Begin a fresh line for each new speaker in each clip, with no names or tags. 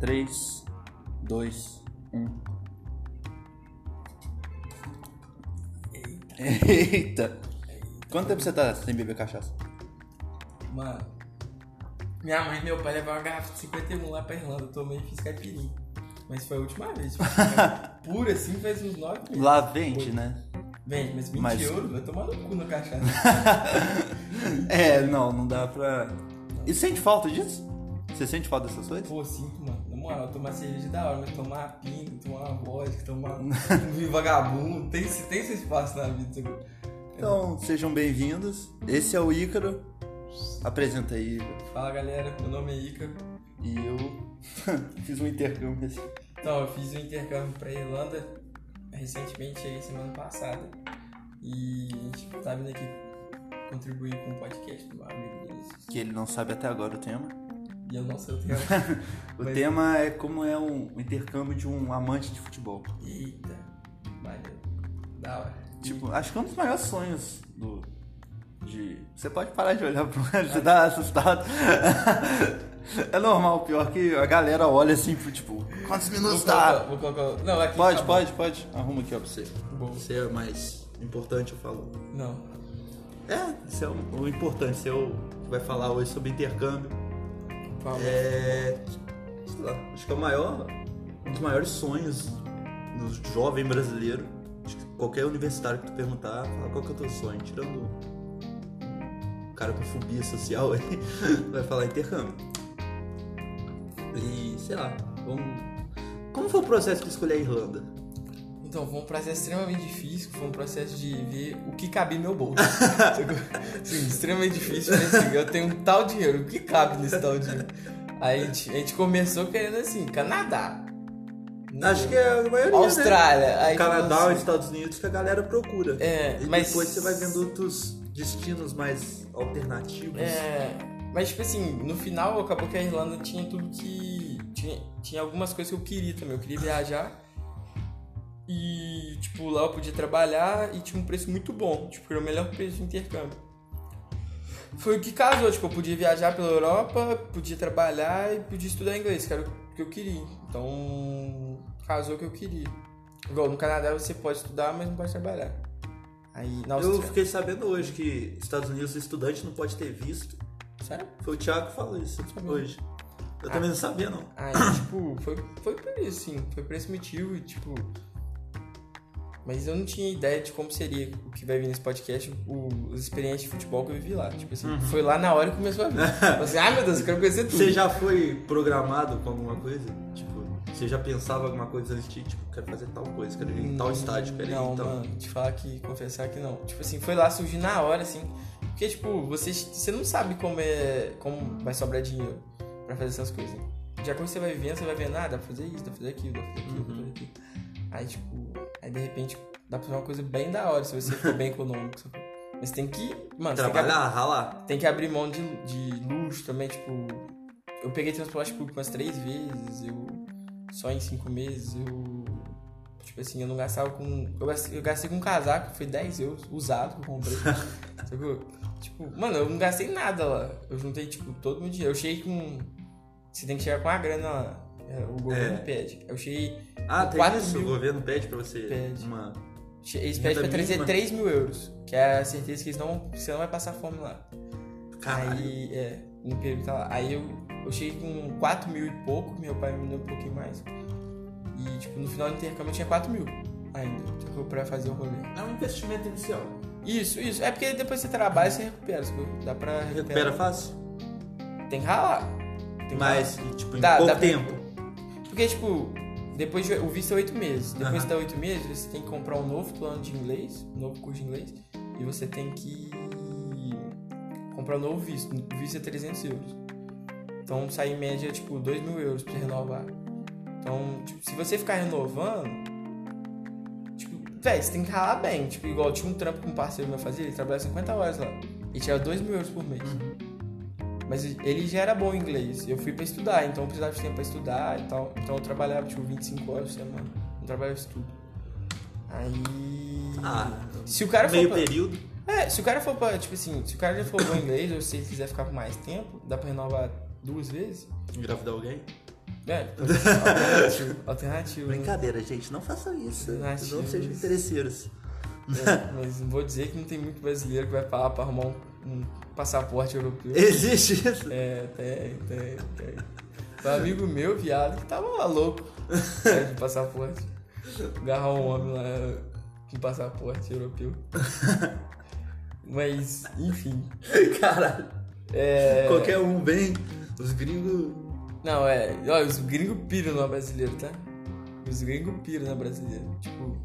3, 2, 1. Eita! Quanto tempo você tá sem beber cachaça?
Mano, minha mãe e meu pai levaram uma garrafa de 51 lá pra Irlanda. Eu tomei e fiz caipirinha. Mas foi a última vez. Tipo, pura assim faz uns 9 meses.
Lá vende,
Foi.
né?
Vende, mas 20
Mas-
euros vai tomar no cu na cachaça.
É, não, não dá pra. E sente falta disso? Você sente falta dessas coisas?
Pô, sinto, mano. Na moral, tomar cerveja é da hora, mas tomar uma pinga, tomar uma vodka, tomar um vinho vagabundo, tem, esse- tem esse espaço na vida. sabe?
Então, sejam bem-vindos. Esse é o Ícaro. Apresenta aí, Ícaro.
Fala galera, meu nome é Ica.
E eu fiz um intercâmbio assim.
Então, eu fiz um intercâmbio pra Irlanda recentemente, aí, semana passada. E a gente tá vindo aqui contribuir com o podcast do meu amigo Vinícius.
Que ele não sabe até agora o tema.
E eu não sei o é. tema.
O
Mas-
tema é como é um intercâmbio de um amante de futebol.
Eita, maneiro. Da hora.
Tipo, acho que é um dos maiores sonhos do. De... Você pode parar de olhar pro lado, você tá assustado. é normal, pior que a galera olha assim, tipo, quantos minutos
Vou
tá?
colocar, vou colocar. Não, aqui
Pode,
tá bom.
pode, pode. Arruma aqui, ó, pra você.
Bom.
Você é mais importante, eu falo.
Não.
É, você é o, o importante, você é o que vai falar hoje sobre intercâmbio.
Qual?
É. Sei lá, acho que é o maior. Um dos maiores sonhos do jovem brasileiro. Acho que qualquer universitário que tu perguntar, fala qual que é o teu sonho, tirando o cara com fobia social aí, vai falar intercâmbio. E sei lá, vamos. Como foi o processo de escolher a Irlanda?
Então, foi um processo extremamente difícil, foi um processo de ver o que cabia no meu bolso. Sacou? Sim, extremamente difícil, mas assim, eu tenho um tal dinheiro, o que cabe nesse tal dinheiro? Aí a gente, a gente começou querendo assim, Canadá.
Acho que é a maioria. né?
Austrália. Aí
Canadá
falou
ou
assim,
Estados Unidos que a galera procura.
É,
e
mas-
depois você vai vendo outros destinos mais alternativos.
É, mas tipo assim, no final acabou que a Irlanda tinha tudo que. Tinha, tinha algumas coisas que eu queria também. Eu queria viajar. E, tipo, lá eu podia trabalhar e tinha um preço muito bom. Tipo, era o melhor preço de intercâmbio. Foi o que casou, tipo, eu podia viajar pela Europa, podia trabalhar e podia estudar inglês, que era o que eu queria. Então, casou o que eu queria. Igual no Canadá você pode estudar, mas não pode trabalhar. Aí,
Eu
na Austrália.
fiquei sabendo hoje que Estados Unidos estudante não pode ter visto.
Sério?
Foi o Thiago que falou isso
Sabia.
hoje. Eu
Ah.
também não sabia, não.
Aí, tipo, foi, foi por isso, sim. Foi por esse motivo e, tipo. Mas eu não tinha ideia de como seria o que vai vir nesse podcast, o, as experiências de futebol que eu vivi lá. Tipo assim, foi lá na hora que começou a vir. Falei assim, ai meu Deus, eu quero conhecer tudo.
Você já foi programado com alguma coisa? Tipo, você já pensava alguma coisa antes de, tipo, quero fazer tal coisa, quero ir em tal estádio, quero ir
Hum, Não,
em tal.
mano, te falar que, confessar que não. Tipo assim, foi lá surgir na hora, assim. Porque, tipo, você, você não sabe como é. como vai sobrar dinheiro pra fazer essas coisas. né? Já quando você vai vivendo, você vai vendo, ah, dá pra fazer isso, dá pra fazer aquilo, dá pra fazer aquilo, dá pra fazer aquilo. Aí, tipo, aí de repente dá pra fazer uma coisa bem da hora se você for bem econômico. sacou? Mas tem que. Mano, você tem que ab-
Trabalhar, ralar.
tem que abrir mão de, de luxo também, tipo. Eu peguei transporte público umas três vezes, eu. Só em cinco meses, eu. Tipo assim, eu não gastava com. Eu gastei, eu gastei com um casaco, foi 10 euros, usado que eu comprei. sacou? Tipo, mano, eu não gastei nada lá. Eu juntei, tipo, todo o meu dinheiro. Eu cheguei com. Você tem que chegar com a grana lá. é, O governo
É.
pede. Eu cheguei.
Ah, tem
Quatro
isso? O
mil.
governo pede pra você
Pede.
uma.
che- Eles
Renda
pedem pra trazer
mínima?
3 mil euros. Que é a certeza que eles não. Você não vai passar fome lá.
Caralho.
Aí, é, no período que tá lá. Aí eu, eu cheguei com 4 mil e pouco, meu pai me deu um pouquinho mais. E, tipo, no final do intercâmbio eu tinha 4 mil ainda, tipo, pra fazer o rolê.
É um investimento inicial.
Isso, isso. É porque depois você trabalha e você recupera, sacou? dá pra recuperar.
Recupera fácil?
Tem que ralar. Tem que
Mas, e, tipo, em
Dá-
pouco
dá pra-
tempo.
Porque, tipo, depois de- o visto é oito meses. Depois
Aham.
de oito meses, você tem que comprar um novo plano de inglês, um novo curso de inglês, e você tem que comprar um novo visto. O visto é 300 euros. Então sai em média, tipo, 2 mil euros pra você renovar. Então, tipo, se você ficar renovando, tipo, velho, você tem que ralar bem. Tipo, igual eu tinha um trampo que um parceiro meu fazia, ele trabalhava 50 horas lá. E tirava 2 mil euros por mês.
Uhum.
Mas ele já era bom em inglês. Eu fui pra estudar, então eu precisava de tempo pra estudar e tal. Então eu trabalhava, tipo, 25 horas por semana. Não trabalhava estudo. Aí.
Ah,
se o cara for
meio
pra...
período.
É, se o cara for pra, tipo assim, se o cara já for bom em inglês, ou se ele quiser ficar por mais tempo, dá pra renovar duas vezes?
Engravidar alguém?
É, alternativo. alternativo né?
Brincadeira, gente, não façam isso.
Alternativas.
Não sejam interesseiros.
É, mas vou dizer que não tem muito brasileiro que vai parar pra arrumar um, um passaporte europeu.
Existe isso?
É, tem, tem, tem. Um amigo meu, viado, que tava lá louco né, de passaporte. Agarrar um homem lá com passaporte europeu. Mas, enfim.
Caralho.
É...
Qualquer um bem. Os gringos.
Não, é. Olha, os gringos piram na brasileira, tá? Os gringos piram na brasileira. Tipo,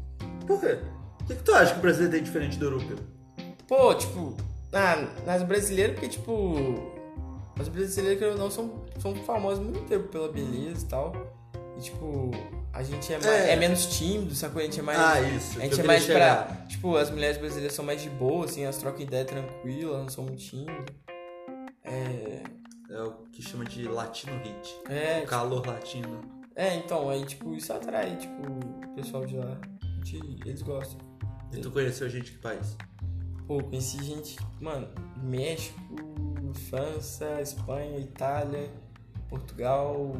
Por quê? O que, que tu acha que o brasileiro tem diferente do europeu?
pô, tipo. Ah, nas brasileiras, porque, tipo. As brasileiras, querendo ou não, são, são famosas muito tempo pela beleza e tal. E, tipo, a gente é, mais-
É.
é menos tímido, sacou? A gente é mais.
ah, isso. que
A
eu
gente é
queria
mais
chegar.
pra. Tipo, as mulheres brasileiras são mais de boa, assim, elas trocam ideia tranquila, elas não são muito tímidas. É.
É o que chama de latino hit.
É,
O calor latino.
é, então, aí, tipo, isso atrai, tipo, o pessoal de lá. A gente- Eles gostam.
E
É.
tu conheceu gente que país?
Pô, conheci gente, mano, México, França, Espanha, Itália, Portugal,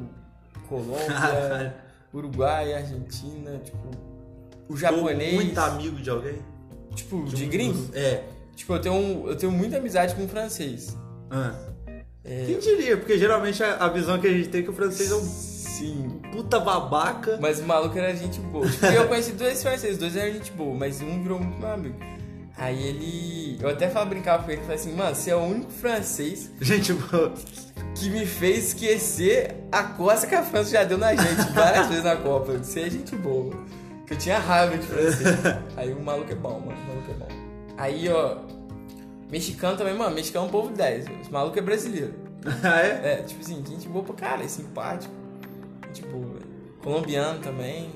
Colômbia,
Caralho.
Uruguai, Argentina, tipo. O
Ou
japonês.
Muito amigo de alguém?
Tipo, de gringo?
É.
Tipo, eu tenho, um- eu tenho muita amizade com francês.
Ah.
É.
Quem diria? Porque geralmente a a visão que a gente tem é que o francês é um
Sim.
puta babaca.
Mas o maluco era gente boa. Tipo, eu conheci dois franceses, dois eram gente boa, mas um virou muito meu amigo. Aí ele. Eu até falava, brincava com ele, falei assim, mano, você é o único francês
Gente tipo, boa.
que me fez esquecer a coça que a França já deu na gente várias vezes na Copa. Você é gente boa. Que eu tinha raiva de francês. Aí o maluco é bom, mano. O maluco é bom. Aí, ó. Mexicano também, mano. Mexicano é um povo 10. velho. Esse maluco é brasileiro.
Ah, é?
É, tipo assim, gente boa pra cara, é simpático. Gente boa, velho. Colombiano também.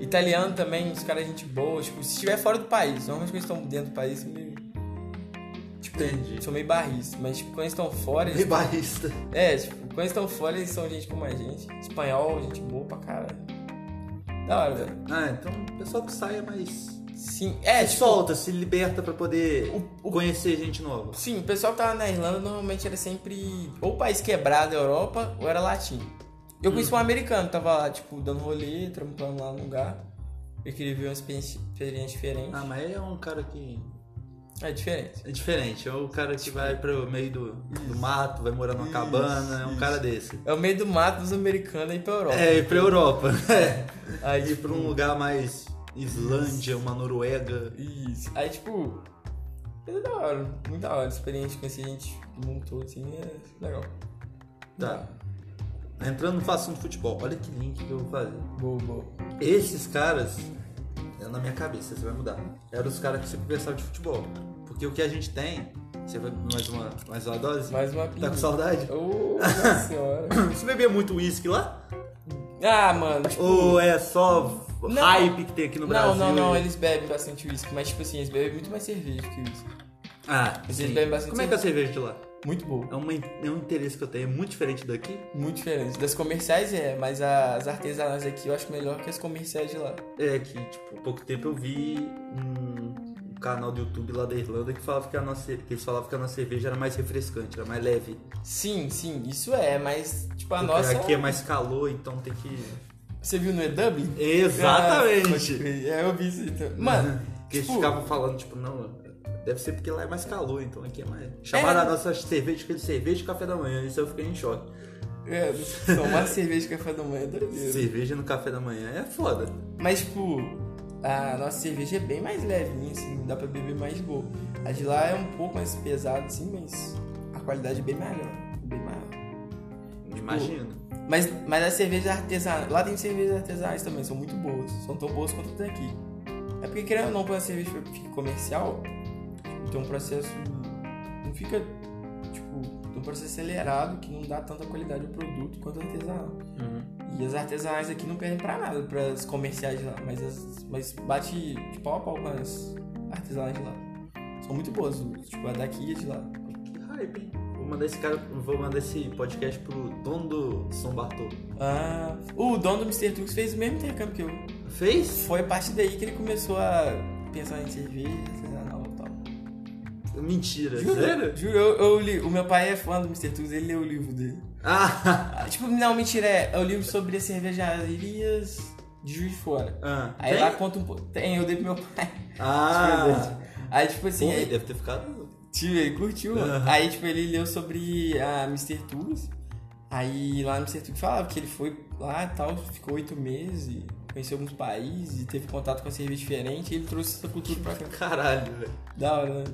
Italiano também, os caras é gente boa. Tipo, se estiver fora do país, normalmente quando eles estão dentro do país, eu meio, Tipo,
Entendi.
sou meio barrista. Mas tipo, quando eles estão fora, eles
Meio barrista.
é, tipo, quando eles estão fora, eles são gente como a gente. Espanhol, gente boa pra caralho. Da hora, velho.
Ah, então o pessoal que sai é mais.
Sim, é,
se
tipo,
solta, se liberta pra poder
O-
conhecer gente nova.
sim, o pessoal que tava na Irlanda normalmente era sempre ou país quebrado da Europa ou era latino. Eu conheci
Uhum.
um americano, tava lá, tipo, dando rolê, trampando lá no lugar. Eu queria ver uma experiência, experiência diferente.
Ah, mas é um cara que.
É diferente.
É diferente, é o cara que vai pro meio do, do
Isso.
mato, vai morar numa
Isso,
cabana, é um
isso.
cara desse.
É o meio do mato dos americanos e pra Europa.
É, ir pra Europa, né?
Aí, tipo,
Ir pra um lugar mais Islândia, uma Noruega.
Isso. Aí, tipo, é da hora, muito da hora. Experiência com esse gente do mundo todo, assim, é legal.
Tá. Entrando no assunto futebol, olha que link que eu vou fazer.
Boa, boa.
Esses caras, é na minha cabeça, você vai mudar. Eram os caras que você conversava de futebol. Porque o que a gente tem, você vai mais uma, mais uma dose?
Mais uma
Tá
pinga.
com saudade?
Ô, nossa senhora.
Você bebia muito uísque lá?
Ah, mano, tipo...
Ou é só
Não.
hype que tem aqui no
não,
Brasil?
não,
e-
não, eles bebem bastante uísque, mas, tipo assim, eles bebem muito mais cerveja que uísque.
Ah,
Eles
sim.
bebem bastante
Como é que é a cerveja de lá?
Muito boa.
É, uma, é um interesse que eu tenho, é muito diferente daqui.
Muito diferente. Das comerciais é, mas as artesanais aqui eu acho melhor que as comerciais de lá.
É que, tipo, há pouco tempo eu vi um, um canal do YouTube lá da Irlanda que falava que a nossa, que eles falavam que a nossa cerveja era mais refrescante, era mais leve.
Sim, sim, isso é, mas, tipo, a
Porque
nossa...
Aqui é mais calor, então tem que.
Você viu no E-Dublin? Ah, pode
Exatamente!
crer. É, eu vi isso. Então. Mano,
que eles
tipo-
ficavam falando, tipo, não, deve ser porque lá é mais calor, então aqui é mais. Chamaram a nossa cerveja de cerveja de café da manhã, isso eu fiquei em choque.
é, tomar cerveja de café da manhã é doideira.
Cerveja no café da manhã é foda.
Mas, tipo, a nossa cerveja é bem mais levinha, assim, dá pra beber mais de boa. A de lá é um pouco mais pesada, assim, mas a qualidade é bem maior. Bem maior.
Imagino.
Mas, mas as cervejas artesanais, lá tem cervejas artesanais também, são muito boas. São tão boas quanto daqui. É porque, querendo ou não, pra cerveja ficar comercial, tipo, tem um processo. Não fica. Tipo, tem um processo acelerado que não dá tanta qualidade ao produto quanto artesanal.
Uhum.
E as artesanais aqui não perdem pra nada, pras comerciais de lá, mas, as, mas bate de pau a pau com as artesanais de lá. São muito boas, tipo, a daqui e a de lá.
Que hype, hein? Vou mandar esse cara, vou mandar esse podcast pro dono do São Bartô.
Ah, o dono do Mr. Tux fez o mesmo intercâmbio que eu.
Fez?
Foi a partir daí que ele começou a pensar em cerveja artesanal e tal.
Mentira,
Juro,
É sério?
Juro, eu, eu li. O meu pai é fã do Mr. Tools, ele leu o livro dele.
Ah,
Ah, Tipo, não, mentira, é, é o livro sobre as cervejarias de Juiz de Fora.
ah,
Aí
tem?
lá conta um pouco. Tem, eu dei pro meu pai. de
Ah,
verdade. Aí, tipo assim,
pô,
aí-
ele deve ter ficado.
Tio, ele curtiu. mano.
Aham.
Aí, tipo, ele leu sobre a Mr. Tools. Aí lá no Mr. Tools falava que ele foi lá e tal, ficou oito meses, conheceu alguns países, e teve contato com a cerveja diferente e ele trouxe essa cultura pra cá.
Caralho, velho.
Da hora, né?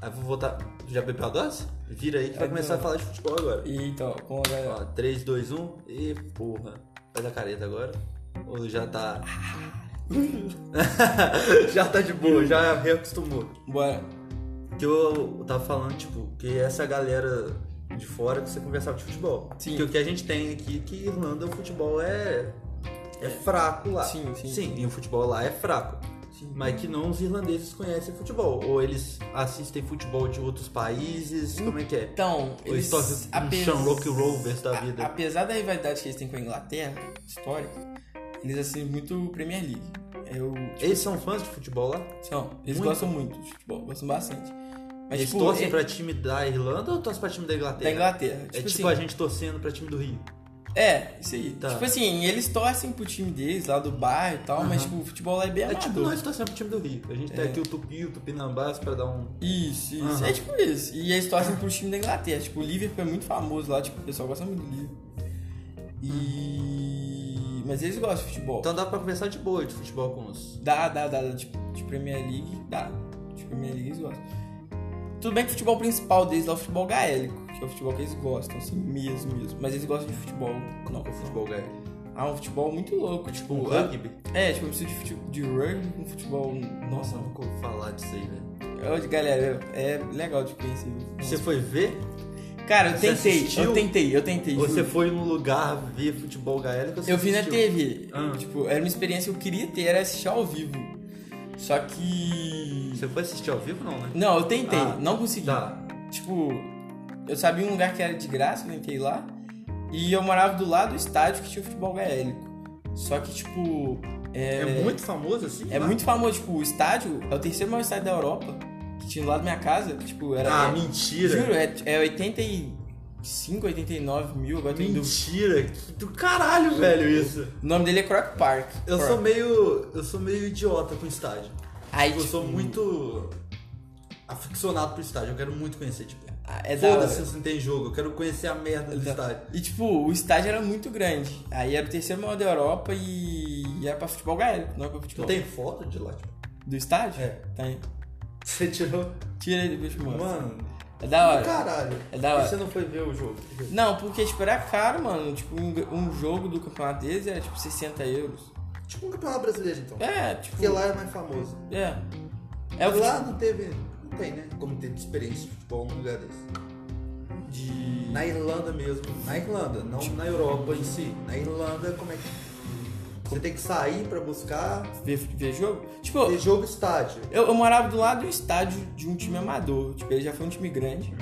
Aí vou voltar. Já bebeu a dose? Vira aí que vai
Ah,
começar
não.
a falar de futebol agora.
E então, com a galera.
Ó, 3, 2, 1 e porra. Faz a careta agora. Ou já tá. já tá de boa, já reacostumou.
Bora.
Que eu tava falando, tipo, que essa galera de fora que você conversava de futebol.
Sim.
Que o que a gente tem aqui é que Irlanda o futebol é. É fraco lá.
Sim, sim.
Sim, e o futebol lá é fraco.
Sim.
Mas que não os irlandeses conhecem futebol. Ou eles assistem futebol de outros países. Como é que é?
Então,
Ou eles
eles.
torcem um
apes-
Shamrock Rovers da vida.
a- apesar da rivalidade que eles têm com a Inglaterra, histórica, eles assistem muito Premier League. É o.
Eles são fãs de futebol lá?
São, eles
Muito.
gostam muito de futebol, gostam bastante. Mas,
eles
tipo,
torcem
é-
pra time da Irlanda ou torcem pra time da Inglaterra?
da Inglaterra.
É tipo,
assim,
a gente torcendo pra time do Rio.
É, isso aí.
Tá.
Tipo assim, eles torcem pro time deles lá do bairro e tal, mas tipo, o futebol lá é bem
É
amador.
tipo nós torcendo pro time do Rio. A gente tem
É.
aqui o Tupi, o Tupinambás pra dar um.
Isso, isso.
Aham.
É tipo isso. E eles torcem pro time da Inglaterra. Tipo, o Liverpool é muito famoso lá, tipo, o pessoal gosta muito do Liverpool. E. Mas eles gostam de futebol.
Hum. Então dá pra conversar de boa de futebol com os.
Dá, dá, dá, dá. Tipo, de Premier League, dá. De Premier League eles gostam. Tudo bem que o futebol principal deles é o futebol gaélico, que é o futebol que eles gostam, assim, mesmo, mesmo. Mas eles gostam de futebol. Não,
O futebol gaélico.
Ah, um futebol muito louco, tipo.
O
eu-
rugby.
É, tipo, eu preciso de, fute- de rugby com futebol. Nossa,
Nossa, eu nunca ouvi falar disso aí, velho.
eu, galera, é legal de conhecer.
Você foi ver?
Cara, eu
Você
tentei, eu
assistiu?
tentei, eu tentei.
Ou você
juro.
foi num lugar ver futebol gaélico? ou você
Eu vi na
assistiu?
TV.
Ah.
Tipo, era uma experiência que eu queria ter, era assistir ao vivo. Só que.
Você foi assistir ao vivo, não, né?
Não, eu tentei,
Ah,
não consegui.
Tá.
Tipo, eu sabia um lugar que era de graça, eu tentei lá. E eu morava do lado do estádio que tinha o futebol gaélico. Só que, tipo.
É, muito famoso assim?
É
lá?
muito famoso, tipo, o estádio é o terceiro maior estádio da Europa, que tinha lá da minha casa, que, tipo, era.
Ah,
é,
mentira.
Juro, é, é 85, 89 mil, agora tem dúvida.
Mentira, que do caralho, velho, isso.
O nome dele é Croc Park.
Eu
Croc.
sou meio. Eu sou meio idiota com estádio.
Aí,
Eu sou
tipo,
muito aficionado pro estádio. Eu quero muito conhecer, tipo.
ah, É da hora.
Foda-se se não tem jogo, eu quero conhecer a merda do
Então,
estádio.
E tipo, o estádio era muito grande. Aí era o terceiro maior da Europa e, e era pra futebol gaélico, não era pra futebol.
Não tem foto de lá, tipo.
Do estádio?
É.
Tem.
Você tirou.
Tira aí depois te mostro.
Mano,
É da
do
hora.
caralho.
É da
E
hora.
você não foi ver o jogo.
Não, porque tipo, era caro, mano. Tipo, um, um jogo do campeonato deles era tipo 60 euros.
Tipo um campeonato brasileiro, então.
É, tipo.
Porque lá é mais famoso.
É. É o
lá não teve. Não tem, né? Como ter experiência de futebol num lugar desse.
de.
Na Irlanda mesmo. Na Irlanda, não
Tipo-
na Europa em si. Na Irlanda, como é que. Você tem que sair pra buscar
Ver, ver jogo? Tipo,
ter jogo estádio.
eu, eu morava do lado do estádio de um time amador. Tipo, ele já foi um time grande.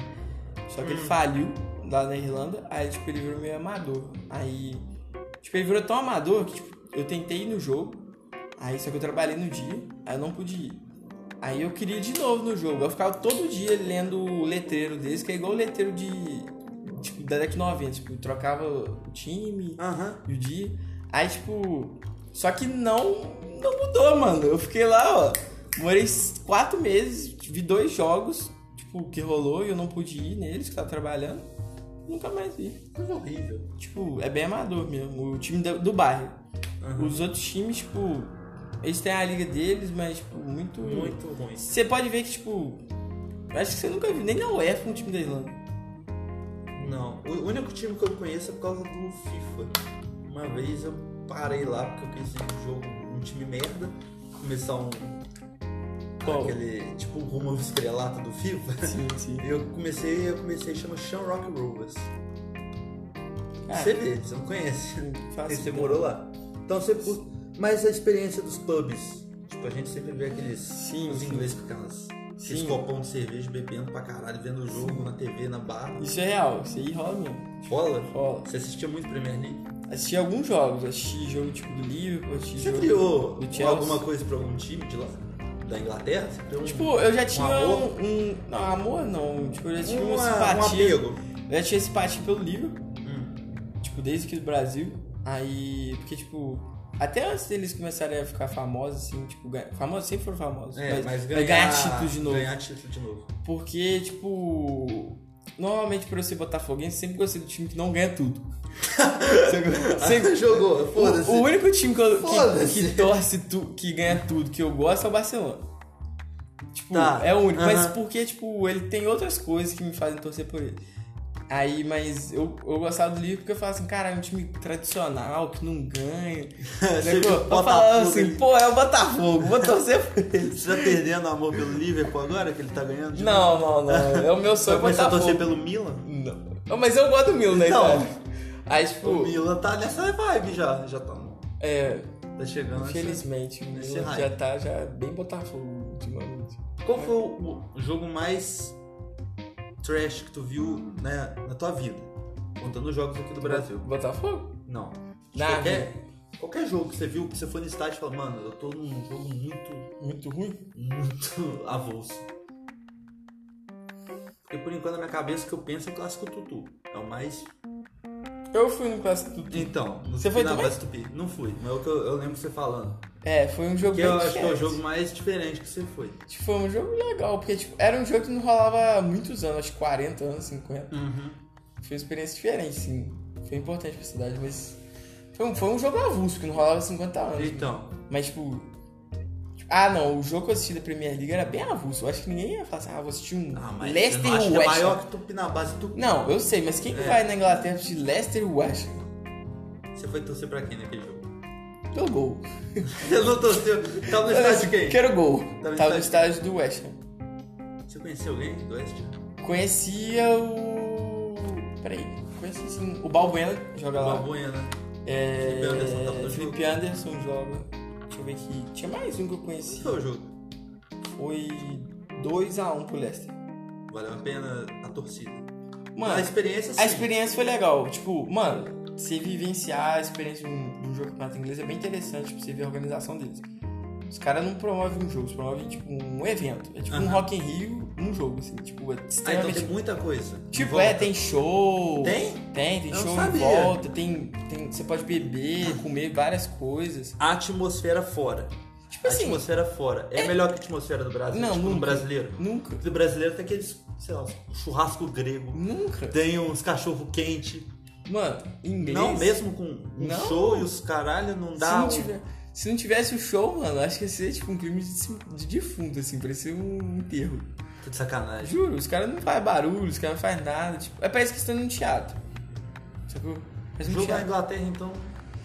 Só que ele faliu lá na Irlanda. Aí, tipo, ele virou meio amador. Aí. Tipo, ele virou tão amador que, tipo, eu tentei ir no jogo. Aí, só que eu trabalhei no dia. Aí eu não pude ir. Aí eu queria ir de novo no jogo. Eu ficava todo dia lendo o letreiro deles, que é igual o letreiro de. Tipo, da década de 90. Tipo, trocava o time.
Aham.
e o dia. Aí, tipo, só que não, não mudou, mano. Eu fiquei lá, ó. Morei s- quatro meses, vi dois jogos, tipo, que rolou e eu não pude ir neles, que tava trabalhando. Nunca mais vi.
Coisa horrível.
Tipo, é bem amador mesmo. O time da- do, bairro.
Aham.
Os outros times, tipo, eles têm a liga deles, mas, tipo, muito.
Muito ruim.
Você pode ver que, tipo, eu acho que você nunca viu nem na UEFA um time da Irlanda.
Não. O único time que eu conheço é por causa do FIFA. Uma vez eu parei lá porque eu conheci um jogo, um time merda. Começar um.
Qual?
Aquele. Tipo o rumo estrelato do FIFA.
Sim, sim.
Eu comecei, eu comecei, chama Shamrock Rovers.
Cara,
Você vê, você não conhece.
fácil,
Porque você
então.
morou lá. Então você. pu- Mas a experiência dos pubs. Tipo, a gente sempre vê aqueles.
Sim,
os
sim.
ingleses com aquelas. Esses
Sim.
copão de cerveja bebendo pra caralho, vendo o jogo na TV, na barra.
Isso é real, isso aí rola mesmo.
Rola?
Rola.
Você assistia muito Premier League?
Assisti alguns jogos, assisti jogo tipo do Liverpool, assisti
Você
jogo...
criou
do Chelsea.
alguma coisa pra algum time de lá? da Inglaterra, você tem um,
Tipo, eu já tinha
amor?
um, um- Não, amor não. Tipo, eu já tinha
uma-
uma,
um
simpatia.
apego.
eu já tinha simpatia pelo livro.
Hum.
tipo, desde que do Brasil. Aí, porque, tipo, até antes deles começarem a ficar famosos, assim, tipo, ganha- famosos sempre foram famosos.
É, mas, ganhar,
vai títulos de novo.
Ganhar título de novo.
Porque, tipo, normalmente pra eu ser botafoguense, sempre gostei do time que não ganha tudo. sempre,
Você jogou, foda-se.
o, o único time que, eu, que,
Foda-se.
que torce, tu, que ganha tudo, que eu gosto é o Barcelona. Tipo,
Tá.
é o único. Mas
Aham.
porque, tipo, ele tem outras coisas que me fazem torcer por ele. Aí, mas eu, eu gostava do livro porque eu falava assim, cara, é um time tradicional, que não ganha.
Você
Né,
viu
pô?
o
eu falava
Botafogo
assim,
ali?
pô, é o Botafogo, vou torcer por ele.
Você tá perdendo o amor pelo Liverpool agora, que ele tá ganhando? de novo?
Não, não, não. É o meu
Você
sonho
vai começar a
Botafogo.
torcer pelo Milan?
Não. Não, Mas eu gosto do Milan, né?
Não.
Itália. Aí,
O
tipo,
Milan tá nessa vibe já, já tá,
é,
tá chegando. nessa-
infelizmente, o
esse
Milan
raio.
já tá já bem Botafogo ultimamente.
Qual foi o o jogo mais trash que tu viu né, na tua vida? Contando os jogos aqui do Brasil. é
Botafogo?
Não. De
Nada.
Qualquer, qualquer jogo que você viu, que você foi no estádio e falou, mano, eu tô num jogo muito,
Muito ruim?
muito avulso. Porque por enquanto na minha cabeça o que eu penso é o clássico tutu. É o mais.
Eu fui no clássico do Tupi.
Então, não
Você
fui
foi
na
também?
base tupi. Não fui, mas é o que eu, eu lembro você falando.
É, foi um jogo
Que
bem
eu acho que é o
diferente.
jogo mais diferente que você foi.
Tipo, Foi um jogo legal, porque tipo, era um jogo que não rolava há muitos anos, acho que 40 anos, 50.
Uhum.
Foi uma experiência diferente, sim. Foi importante pra cidade, mas. Foi um, foi um jogo avulso, que não rolava há 50 anos.
Então,
Mas, tipo. tipo, Ah, não, o jogo que eu assisti da Premier League era bem avulso. Eu acho que ninguém ia falar assim, ah, vou assistir um
ah, mas
Leicester
eu acho
e
que é
West Ham.
maior que Tupi na base Tupi.
Não, eu sei, mas quem que
É.
vai na Inglaterra assistir Leicester e West Ham?
Você foi torcer pra quem naquele jogo?
Pelo gol.
Você não torceu. Tava no estádio de quem?
Quero gol.
Tá no
Tava no
estádio-
estádio do West Ham.
Você conheceu alguém do Oeste?
Conhecia o... Peraí. Conheci, sim, o Balbuena, joga lá.
Babuena, né? Felipe
É,
Anderson tá tava no
Felipe Anderson joga. Deixa eu ver aqui. Tinha mais um que eu
Esse
conheci.
foi o jogo.
Foi 2x1 pro Leicester.
Valeu a pena a torcida.
Mano,
a experiência sim.
A experiência foi legal. Tipo, mano, você vivenciar a experiência de um, de um jogo de campeonato inglês é bem interessante pra você ver a organização deles. Os caras não promovem um jogo, eles promovem, tipo, um evento. É tipo um
Aham.
Rock in Rio, um jogo, assim. Tipo,
Ah,
é
então
extremamente...
tem muita coisa.
tipo,
Volta.
é, tem show...
Tem?
Tem, tem
Eu não
show em
sabia. Ah.
volta, tem, tem... Você pode beber, comer várias coisas.
A atmosfera fora.
Tipo
a
assim,
atmosfera fora. É, melhor que a atmosfera do Brasil.
Não,
tipo, no
nunca.
brasileiro.
nunca,
Do brasileiro tem aqueles, sei lá, churrasco grego.
nunca.
Tem uns cachorro quente.
Mano, inglês...
Não mesmo com um
Não.
show e os caralho não
Se
dá.
não,
um-
tiver- se não tivesse o show, mano, acho que ia ser tipo um crime de, sim- de defunto, assim, parecia um enterro.
Tô de sacanagem.
Juro, os caras não fazem barulho, os caras não fazem nada, tipo, é parece que estão num teatro. Sacou? Parece um
Jogo na
teatro.
Inglaterra, então,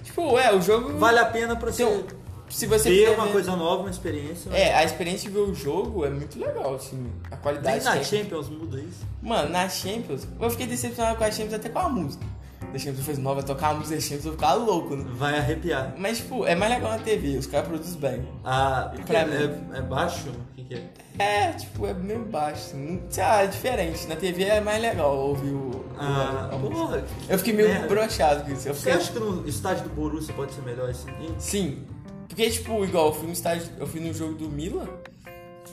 Tipo, é, o jogo.
vale a pena pra você
Então, se você
ver
quiser
uma
ver-
coisa nova, uma experiência.
É, a experiência de ver o jogo é muito legal, assim. A
Nem
qualidade.
na
técnica.
Champions muda isso.
Mano, na Champions, eu fiquei decepcionado com a Champions até com a música. A Champions fez nova, tocar a música da Champions, eu ficava louco, né?
Vai arrepiar.
Mas, tipo, é mais legal na TV, os caras produzem bem.
Ah, porque
Pra
é, é baixo? O que, que é?
É, tipo, é meio baixo, assim. não- Sei lá, é diferente. Na TV é mais legal ouvir o. o-
Ah,
a música.
porra.
eu fiquei meio
merda.
brochado com isso. Eu
Você
fiquei.
acha que no estádio do Borussia pode ser melhor assim? esse? Ih,
Sim. Porque, tipo, igual, eu fui no estádio. Eu fui no jogo do Milan.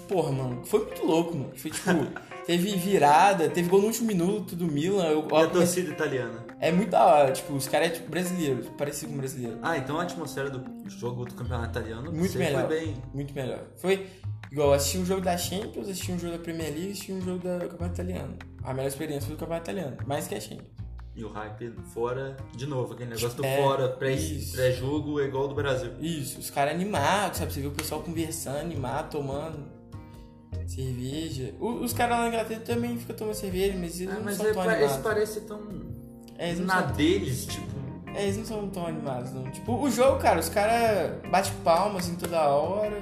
Porra, mano, foi muito louco, mano. Foi tipo. teve virada, teve gol no último minuto do Milan. Eu,
E
eu-
a torcida italiana?
é muito da hora, tipo, os caras é tipo brasileiros, parecido com brasileiro.
Ah, então a atmosfera do jogo do campeonato italiano
Muito
você
melhor.
foi bem.
Muito melhor. Foi igual, eu assisti um jogo da Champions, assisti um jogo da Premier League, assisti um jogo da do Campeonato Italiano. A melhor experiência foi do Campeonato Italiano, mais que a Champions.
E o hype fora, de novo, aquele negócio do
É,
fora, pré-
isso.
pré-jogo é igual ao do Brasil.
Isso, os caras animados, sabe? Você vê o pessoal conversando, animado, tomando cerveja. O- os caras lá na Inglaterra também ficam tomando cerveja, mas eles
Ah,
não
mas
são
é,
tão
pa-
animados.
esse parece tão.
É, eles não
na
são-
deles, tipo.
é, eles não são tão animados, não. Tipo, o jogo, cara, os caras batem palmas assim toda hora,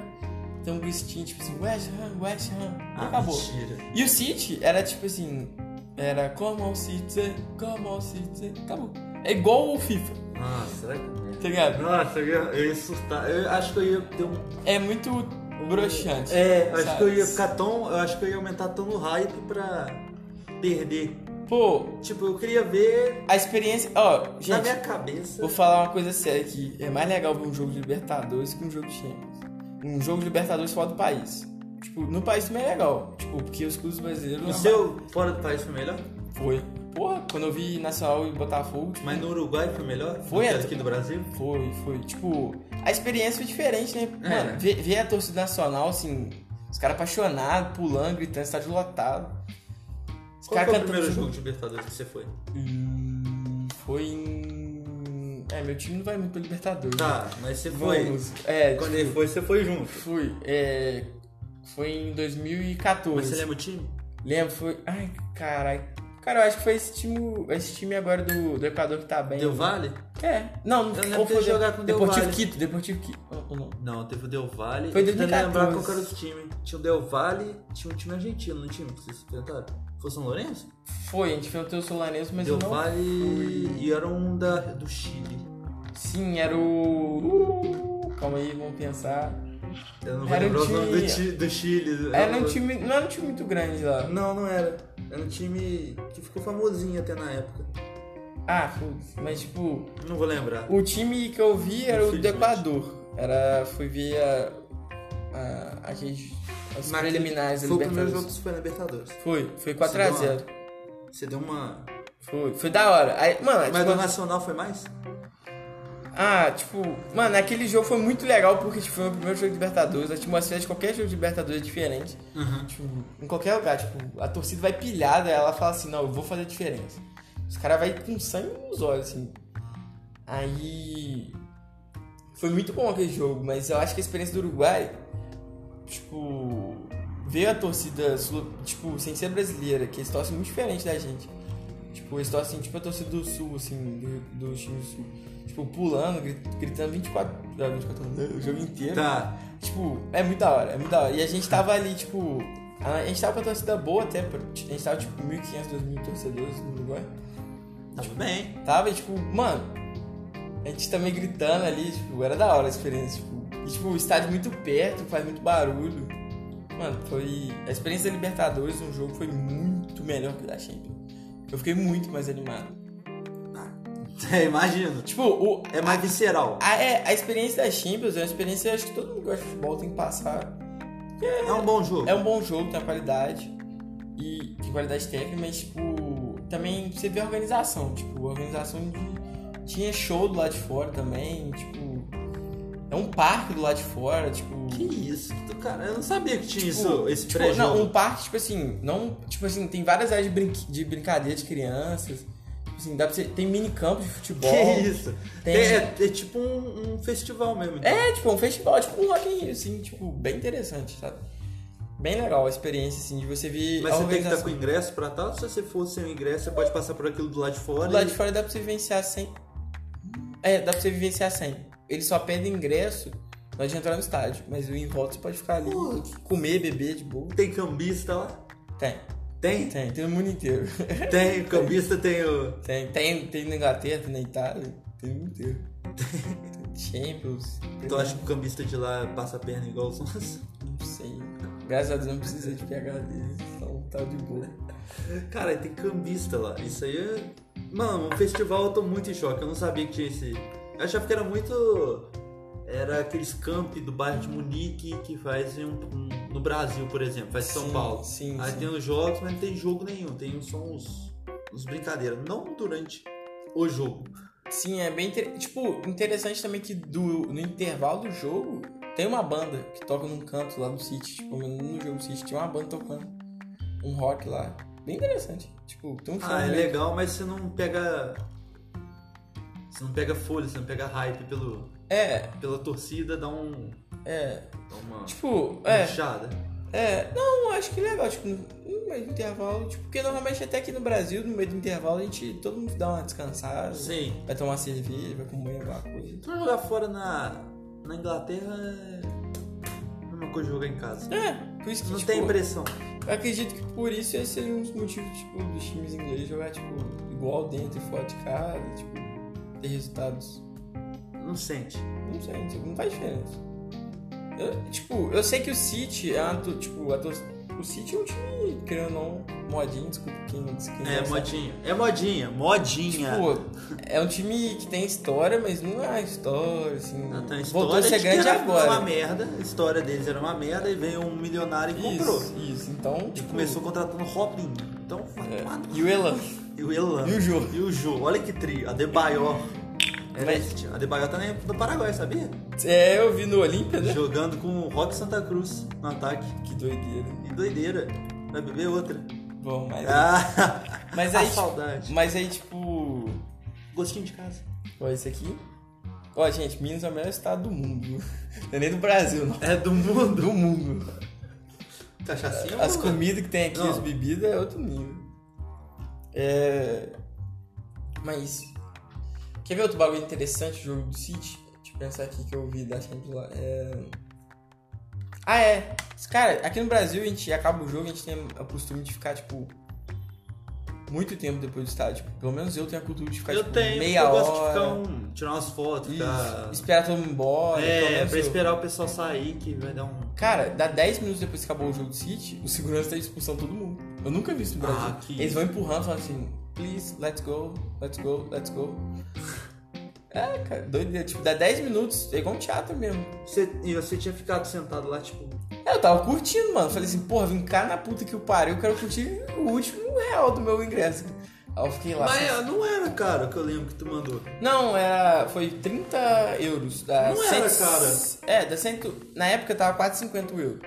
tem um gostinho, tipo assim, West Ham, West Ham, e
Ah,
acabou.
mentira.
E o City era tipo assim, era como o City, como o City, acabou. É igual o FIFA,
Ah, será que. é?
tá ligado?
Nossa, eu ia, eu ia surtar. Eu acho que eu ia ter um.
É muito broxante.
É, eu acho que eu ia
sabe?
ficar tão. Eu acho que eu ia aumentar tão no hype pra perder.
Pô,
Tipo, eu queria ver
A experiência. Ó,
na
gente,
minha cabeça.
vou falar uma coisa séria aqui. É mais legal ver um jogo de Libertadores que um jogo de Champions. um jogo de Libertadores fora do país. Tipo, no país também é legal. Tipo, porque os clubes brasileiros.
O seu fora do país foi melhor?
Foi. Porra, quando eu vi Nacional e Botafogo, tipo,
Mas no Uruguai foi melhor?
Foi,
Do que
é.
aqui no Brasil?
foi, foi. Tipo, a experiência foi diferente, né?
É.
Mano, ver, ver a torcida nacional, assim, os caras apaixonados, pulando, gritando, estádio lotado. Os
Qual foi o
caras cantando.
primeiro jogo de Libertadores que você foi?
Hum, foi em. É, meu time não vai muito pra Libertadores. né?
Tá, mas você foi.
Vamos. É,
Quando ele foi, você foi junto.
Fui. É, foi em 2014.
Mas você lembra o time?
Lembro, foi. Ai, caralho. Cara, eu acho que foi esse time, esse time agora do, do Equador que tá bem.
Deu Vale?
É.
Eu
Não, não
lembro
foi
de jogar com o Del
Deportivo
Valle.
Quito, Deportivo Quito. Ou- ou não?
Não, teve o Del Valle.
Foi
Eu tentei
2014.
lembrar qual que era o time. Tinha o Del Valle, tinha um time argentino, não tinha? que Vocês tentaram? Foi São Lourenço?
Foi, a gente enfrentou o Solanense, mas
Del
eu não.
Valle e era um da, do Chile.
Sim, era o. Uh, calma aí, vamos pensar.
Eu não vou
Era um
lembrar o nome do,
time-
ti- do Chile.
Era um time. Não era um time muito grande lá.
Não, não era. Era um time que ficou famosinho até na época.
Ah, putz, mas tipo.
Não vou lembrar.
O time que eu vi era o do
Infelizmente.
Equador. Era. Fui ver a. a aqueles. As
Mas
preliminares da
Foi o primeiro jogo
Libertadores.
que você foi na Libertadores.
Foi, foi
Você deu
4x0.
Você deu uma.
Foi, foi da hora. Aí, mano,
Mas
tipo,
do Nacional foi mais?
ah, tipo, mano, aquele jogo foi muito legal porque tipo, foi o primeiro jogo de Libertadores. A atmosfera de qualquer jogo de Libertadores é diferente. Tipo, em qualquer lugar, tipo, a torcida vai pilhada, ela fala assim, não, eu vou fazer a diferença. Os caras vai com sangue nos olhos, assim. Aí. Foi muito bom aquele jogo, mas eu acho que a experiência do Uruguai, tipo, ver a torcida, sul- tipo, sem ser brasileira, que eles torcem muito diferente da gente. Tipo, eles torcem tipo a torcida do sul, assim, do, do time do sul. Tipo, pulando, gri- gritando 24 ah, 24 horas, o jogo inteiro.
Tá.
Tipo, é muito da hora, é muito da hora. E a gente tava ali, tipo. A gente tava com a torcida boa até, pô. a gente tava tipo 1.500, 2.000 torcedores no Uruguai.
Tava bem.
Tava e tipo, mano, a gente também gritando ali, tipo, era da hora a experiência, tipo. E tipo, o estádio muito perto, faz muito barulho. Mano, foi. A experiência da Libertadores no jogo foi muito melhor que a da Champions. Eu fiquei muito mais animado.
É, imagino.
Tipo, o,
É mais visceral.
a, é, a experiência da Champions é uma experiência acho que todo mundo que gosta de futebol tem que passar.
É um bom jogo.
É um bom jogo, tem uma qualidade. E de qualidade técnica, mas tipo. Também você vê a organização. Tipo, a organização de- tinha show do lado de fora também. Tipo. É um parque do lado de fora, tipo.
Que isso? Tu- Cara, eu não sabia que tinha
Tipo,
isso, esse
tipo,
pré-jogo.
não, um parque, tipo assim, não. Tipo assim, tem várias áreas de, brinque, de brincadeira de crianças. Tipo assim, dá pra você. Tem minicampo de futebol.
Que isso?
Tem-
É, é- é tipo um, um festival mesmo. então.
É, tipo, um festival, tipo um Rock in Rio, assim, tipo, bem interessante, sabe? Bem legal a experiência, assim, de você ver
Mas
a
você tem que tá
organização.
estar com ingresso pra tal. Se você for sem o ingresso, você pode passar por aquilo do lado de fora.
Do lado
e-
de fora dá pra você vivenciar sem. É, dá pra você vivenciar sem. Eles só pedem ingresso na hora de entrar no estádio. Mas o em volta você pode ficar ali,
Pô.
comer, beber de boa.
Tem cambista lá?
Tem,
Tem?
tem, tem no mundo inteiro.
Tem. O cambista tem o.
Tem, tem, tem na Inglaterra, tem na Itália, tem no mundo inteiro. Tem Champions.
Tu acha Então, que o cambista de lá passa a perna igual os nossos?
Não sei. Graças a Deus não precisa de PH deles, então tá de boa.
Cara, tem cambista lá. Isso aí é. Mano, um festival eu tô muito em choque. Eu não sabia que tinha esse. Eu achava que era muito. Era aqueles camp do bairro de Munique que fazem um- um- no Brasil, por exemplo, faz em São
Sim,
Paulo.
sim,
Aí
sim.
tem os jogos, mas não tem jogo nenhum. Tem só uns, uns brincadeiras. Não durante o jogo.
Sim, é bem inter- tipo, interessante também que do, no intervalo do jogo tem uma banda que toca num canto lá no City, tipo, no jogo City tinha uma banda tocando um rock lá. Bem interessante. Tipo, tem um filme.
Ah, é legal, mas você não pega. Você não pega folha, você não pega hype pelo,
é,
pela torcida, dá um.
é.
Dá uma.
Tipo, é,
inchada.
é. Não, acho que é legal, tipo, no meio do intervalo, tipo, porque normalmente até aqui no Brasil, no meio do intervalo, a gente todo mundo dá uma descansada,
Sim.
vai tomar cerveja, vai comer alguma coisa.
Tu vai jogar fora na, na Inglaterra é a mesma coisa de jogar em casa.
É, por isso que
Não
tipo,
tem impressão.
Eu acredito que por isso esse seria um dos motivos, tipo, dos times ingleses jogar, tipo, igual dentro e fora de casa, tipo, ter resultados.
Não sente.
Não sei, tipo, não faz diferença. Eu, tipo, eu sei que o City é uma, to- tipo, a tor- o City é um time, querendo ou não, modinho, desculpa quem não disse quem
É,
não sabe.
modinha. É modinha, modinha.
Tipo, é um time que tem história, mas não é história, assim.
Ah, tá, a
voltou a
história
ser
de que
grande
era uma
agora.
merda, a história deles era uma merda e veio um milionário e comprou.
Isso, isso. Então,
E
tipo,
começou contratando Robin. Então, vai
é,
tomar no
E o Elan.
E o Elan.
E o Jô.
E o Jô. Olha que trio. A Debayor.
Mas-
A Debayor tá na- no Paraguai, sabia?
É, eu vi no Olímpia, né?
Jogando com o Rock Santa Cruz no ataque.
Que doideira.
E doideira. Vai beber outra.
Bom, mas.
Ah,
Mas
a
aí.
saudade.
Mas aí, tipo.
Gostinho de casa.
Ó, esse aqui. Ó, gente, Minas é o melhor estado do mundo. Não é nem do Brasil, não.
É do mundo.
Do mundo.
Cachacinha
As
mano.
comidas que tem aqui,
Não.
as bebidas, é outro nível. É. Mas. Quer ver outro bagulho interessante do jogo do City? Deixa eu pensar aqui que eu vi da Champions lá. É... Ah, é. Cara, aqui no Brasil a gente acaba o jogo, a gente tem o costume de ficar, tipo. Muito tempo depois do estádio. Tipo, pelo menos eu tenho a cultura de ficar,
Eu
tipo,
tenho.
meia
eu
hora.
gosto de ficar um, tirar umas fotos.
Isso.
Ficar...
Esperar todo mundo embora. pelo
É,
menos
pra
eu-
esperar o pessoal sair que vai dar um.
Cara, dá 10 minutos depois que acabou o jogo do City, o segurança tá expulsando todo mundo. Eu nunca vi isso no
Ah,
Brasil.
que
Eles
isso.
vão empurrando, falando assim, please, let's go, let's go, let's go. É, cara, doideira. Tipo, dá 10 minutos, é igual um teatro mesmo.
Você, e você tinha ficado sentado lá, tipo.
É, Eu tava curtindo, mano. Falei assim, porra, vim cá na puta que eu parei, eu quero curtir o último real do meu ingresso. Aí eu fiquei lá.
Mas ah, não era, cara, o que eu lembro que tu mandou.
Não, era. Foi 30 euros. Da
Não era,
cara. É, da cento, na época tava quase 50 euros.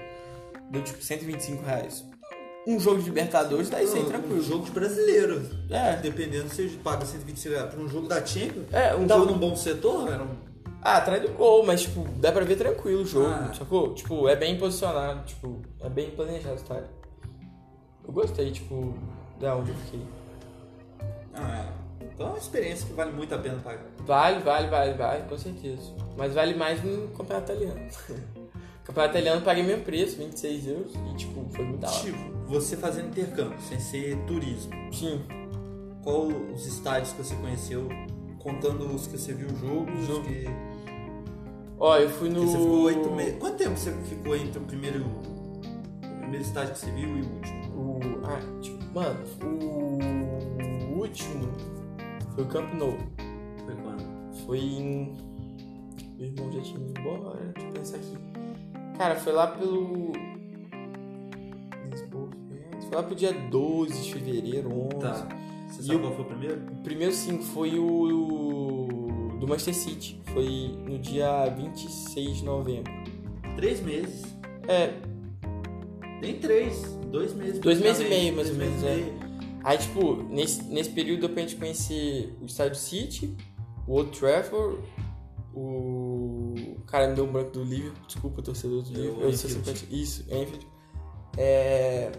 Deu tipo 125 reais. Um jogo de Libertadores, daí você
um,
tranquilo.
Um jogo de brasileiro.
É.
Dependendo, você paga 125 reais pra um jogo da Champions.
É, um
Tava
jogo-
num bom setor, era um.
Ah, atrás do gol, mas tipo, dá pra ver tranquilo o jogo,
Ah.
sacou? Tipo, é bem posicionado, tipo, é bem planejado, tá? Eu gostei, tipo, da onde eu fiquei.
Ah, então é uma experiência que vale muito a pena pagar.
Vale, vale, vale, vale, com certeza. Mas vale mais no campeonato italiano. campeonato italiano eu paguei mesmo preço, 26 euros, e tipo, foi muito da hora.
Tipo, você fazendo intercâmbio, sem ser turismo.
Sim.
Qual os estádios que você conheceu? Contando os que você viu o jogo, os
Jogo.
que.
Ó, eu fui no.
Porque Você ficou oito meses. Quanto tempo você ficou entre o primeiro, o primeiro estágio que você viu e o último?
O... Ah, tipo, mano, o último foi o Camp Nou.
Foi quando?
Foi em. Meu irmão já tinha ido embora, deixa eu pensar aqui. Cara, foi lá pelo. Lisboa, né? Foi lá pro dia 12 de fevereiro, 11.
Tá. Você
E
sabe
o-
qual foi o primeiro?
O primeiro sim foi o. do Manchester City. Foi no dia 26 de novembro.
Três meses.
É,
Nem três. Dois meses.
Dois meses e
praticamente.
meio, mais ou
Dois
menos, é.
meses e meio.
Aí, tipo, nesse, nesse período deu pra gente conhecer o Estádio City, o Old Trafford, o. Cara, me deu um branco do Liverpool, desculpa, torcedor do
É o
Liverpool. Eu não sei se eu
Anfield.
conheço- Isso, Enfield. É.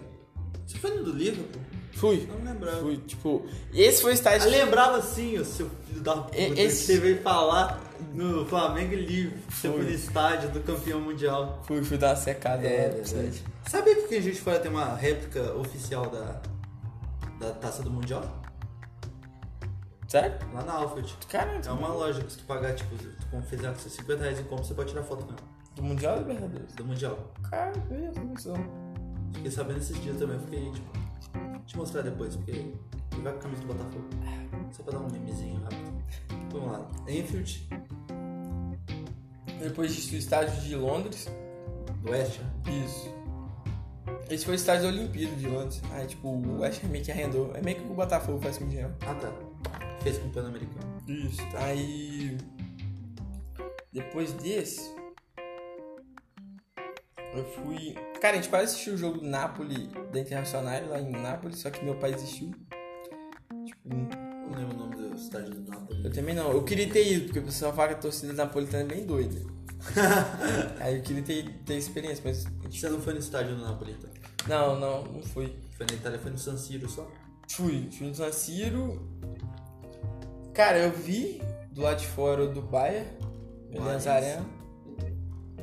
Você foi no do Liverpool?
Fui,
Não lembrava.
fui, tipo. Esse foi o
Eu
estádio.
lembrava sim, o seu filho da puta,
E-
que
esse-
você veio falar no Flamengo e Liverpool, que você
Foi.
foi no estádio do campeão mundial.
Fui, fui dar uma secada
É,
lá no estádio.
Sabia que a gente fora tem uma réplica oficial da, da taça do mundial?
Sério?
Lá na Alfred.
Caramba,
É uma loja que se tu pagar, tipo, se tu fizer com seus 50 reais em compra, você pode tirar foto mesmo.
do Mundial ou Libertadores?
Do Mundial.
Cara, eu ia conversando.
Fiquei sabendo esses dias também, eu fiquei, tipo, te mostrar depois, porque ele vai com a camisa do Botafogo. Só pra dar um memezinho rápido. Vamos lá. Enfield,
Depois disso, o estádio de Londres.
West Ham.
Isso. Esse foi o estádio da Olimpíada de Londres. Aí, tipo, o West Ham meio que arrendou. É meio que o Botafogo faz com dinheiro.
Ah tá. Fez com o Pan-Americano.
Isso. Aí. Depois desse. Eu fui. Cara, a gente quase assistiu o jogo do Napoli da Internacional lá em Nápoles, só que meu pai desistiu. Tipo,
Não lembro o nome do estádio do Napoli.
eu também não. Eu queria ter ido, porque o pessoal fala que a torcida napolitana é bem doida. Aí eu queria ter, ter experiência, mas.
Você não foi no estádio do Napoli, então.
Não, não, não fui.
Foi na Itália, foi no San Siro só.
Fui, fui no San Siro. Cara, eu vi do lado de fora o do Bayer, Allianz
Mas-
Arena.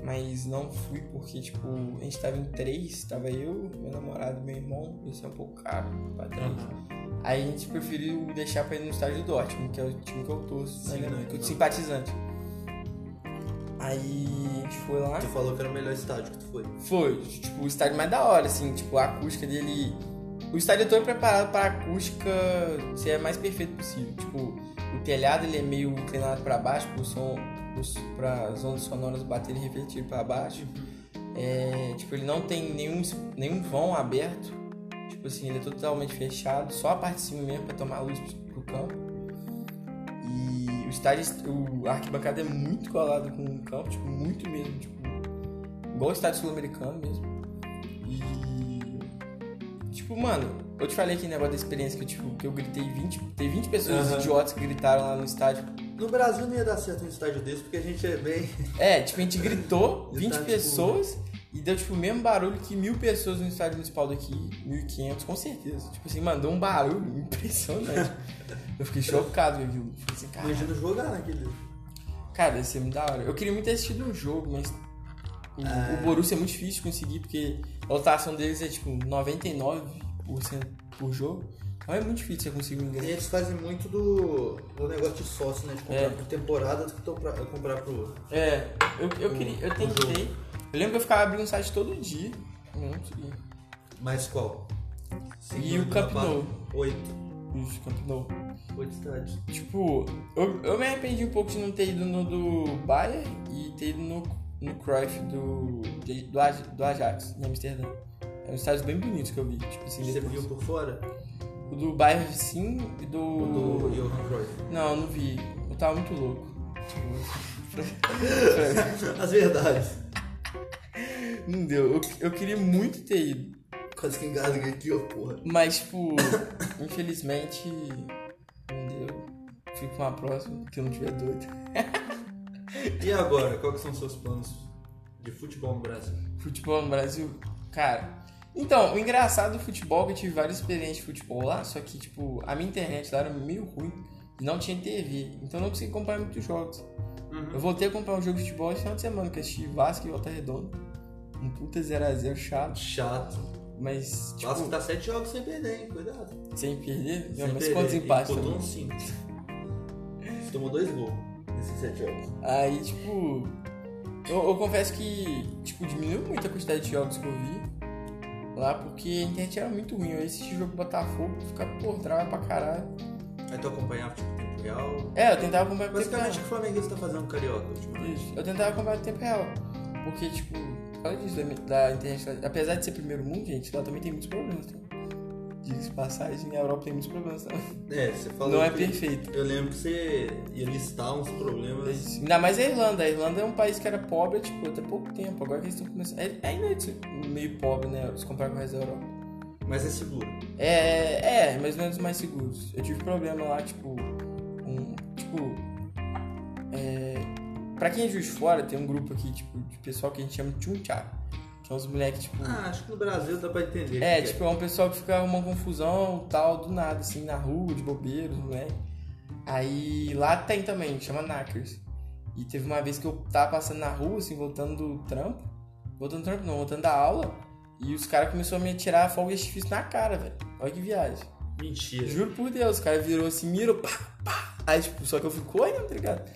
Mas não fui porque, tipo, a gente tava em três, tava eu, meu namorado, meu irmão, isso é um pouco caro pra três.
Ah.
Aí a gente preferiu deixar pra ir no estádio do Dortmund, que é o time que eu torço,
Sim,
né,
né,
que eu
não.
simpatizante. Aí a gente foi lá.
Tu falou que era o melhor estádio que tu foi.
Foi, tipo, o estádio mais da hora, assim, tipo, a acústica dele O estádio todo é preparado para a acústica ser a mais perfeita possível. Tipo, o telhado ele é meio inclinado para baixo, para som, para as ondas sonoras baterem e refletirem para baixo. É, tipo, ele não tem nenhum, nenhum vão aberto. Tipo assim, ele é totalmente fechado, só a parte de cima mesmo para tomar a luz pro campo. E o estádio, o a arquibancada é muito colado com o campo, tipo, muito mesmo, tipo, igual o estádio sul-americano mesmo. E tipo, mano, eu te falei aquele negócio da experiência que eu, tipo, que eu gritei 20, tem 20 pessoas
Aham.
idiotas que gritaram lá no estádio.
No Brasil não ia dar certo um estádio desse, porque a gente é bem.
É, tipo, a gente gritou, 20
Estádio
pessoas, e deu, tipo, o mesmo barulho que mil pessoas no estádio municipal daqui, 1.500, com certeza. Tipo assim, mandou um barulho impressionante. eu fiquei chocado com aquilo. Falei assim, cara,
Imagina jogar naquele.
cara, ia ser muito da hora. Eu queria muito ter assistido um jogo, mas o, o Borussia é muito difícil de conseguir, porque a lotação deles é, tipo, 99% por jogo. Então é muito difícil você conseguir um
E
ingresso.
eles fazem muito do, do negócio de sócio, né? De comprar
É.
por temporada do que topra- comprar pro.
É, eu, eu, queria, eu tentei. Eu lembro que eu ficava abrindo o site todo dia. Não conseguia.
Mas qual? Sem
E o
dúvida,
Camp
uma barra.
Nou.
Oito.
Ixi, campo novo.
Oito estádios.
Tipo, eu, eu me arrependi um pouco de não ter ido no do Bayern e ter ido no, no Cruyff do, de- do, Aj- do Ajax, em Amsterdã. É um estádio bem bonito que eu vi, tipo assim,
Você
depois.
viu por fora?
O do Bayern sim e do...
O do Johan Cruyff.
Não, eu não vi. Eu tava muito louco.
As verdades.
Não deu. Eu, eu queria muito ter ido.
Quase que engasga aqui, ó, porra.
Mas, tipo, infelizmente, não deu. Fico com a próxima, que eu não tiver doido.
E agora, quais que são os seus planos de futebol no Brasil?
Futebol no Brasil, cara. Então, o engraçado do futebol é que eu tive várias experiências de futebol lá, só que, tipo, a minha internet lá era meio ruim e não tinha TV, então eu não consegui comprar muitos jogos.
Uhum.
Eu voltei a comprar um jogo de futebol esse final de semana, que eu assisti Vasco e Volta Redonda. Um puta 0x0 chato,
Chato.
mas, tipo,
Vasco tá sete jogos sem perder, hein? Cuidado.
sem perder, não,
Sem
mas
perder.
quantos
E
empates
Botou
também?
um cinco. Você tomou dois gols nesses sete jogos.
Aí, tipo, eu, eu confesso que, tipo, diminuiu muito a quantidade de jogos que eu vi lá, porque a internet era muito ruim. Eu assisti jogo Botafogo, ficava por trás pra caralho.
Aí tu acompanhava, tipo, tempo real.
É, eu tentava acompanhar o tempo real.
Basicamente, o que o Flamengo tá fazendo com o Carioca ultimamente?
Isso, Eu tentava acompanhar o tempo real. Porque, tipo, fala disso da, da internet. lá. Apesar de ser primeiro mundo, gente, lá também tem muitos problemas, tá? Diga-se de passagem, a Europa tem muitos problemas tá? também.
É, você falou
Não é
que-
perfeito. É
Eu lembro que você ia listar uns problemas.
Mas, Ainda mais a Irlanda. A Irlanda é um país que era pobre, tipo, até pouco tempo. Agora que eles estão começando. é- Ainda é tipo, meio pobre, né? Se comparar com o resto da Europa.
Mas é seguro.
É, é, mais ou menos mais seguros. Eu tive problema lá, tipo, um, tipo, é, pra quem é Juiz de fora, tem um grupo aqui, tipo, de pessoal que a gente chama de Tchunchá, que é uns moleques, tipo,
Ah, acho que no Brasil dá pra entender.
é,
o que
tipo, é um pessoal que fica arrumando confusão, tal, do nada, assim, na rua, de bobeiros, moleque. Aí, lá tem também, chama Knackers. E teve uma vez que eu tava passando na rua, assim, voltando do trampo. Voltando do trampo, não, voltando da aula. E os caras começaram a me atirar fogo de artifício na cara, velho. Olha que viagem.
é. Mentira.
Juro por Deus, os caras virou assim, mira, pá, pá. Aí, tipo, só que eu fico olhando, tá ligado?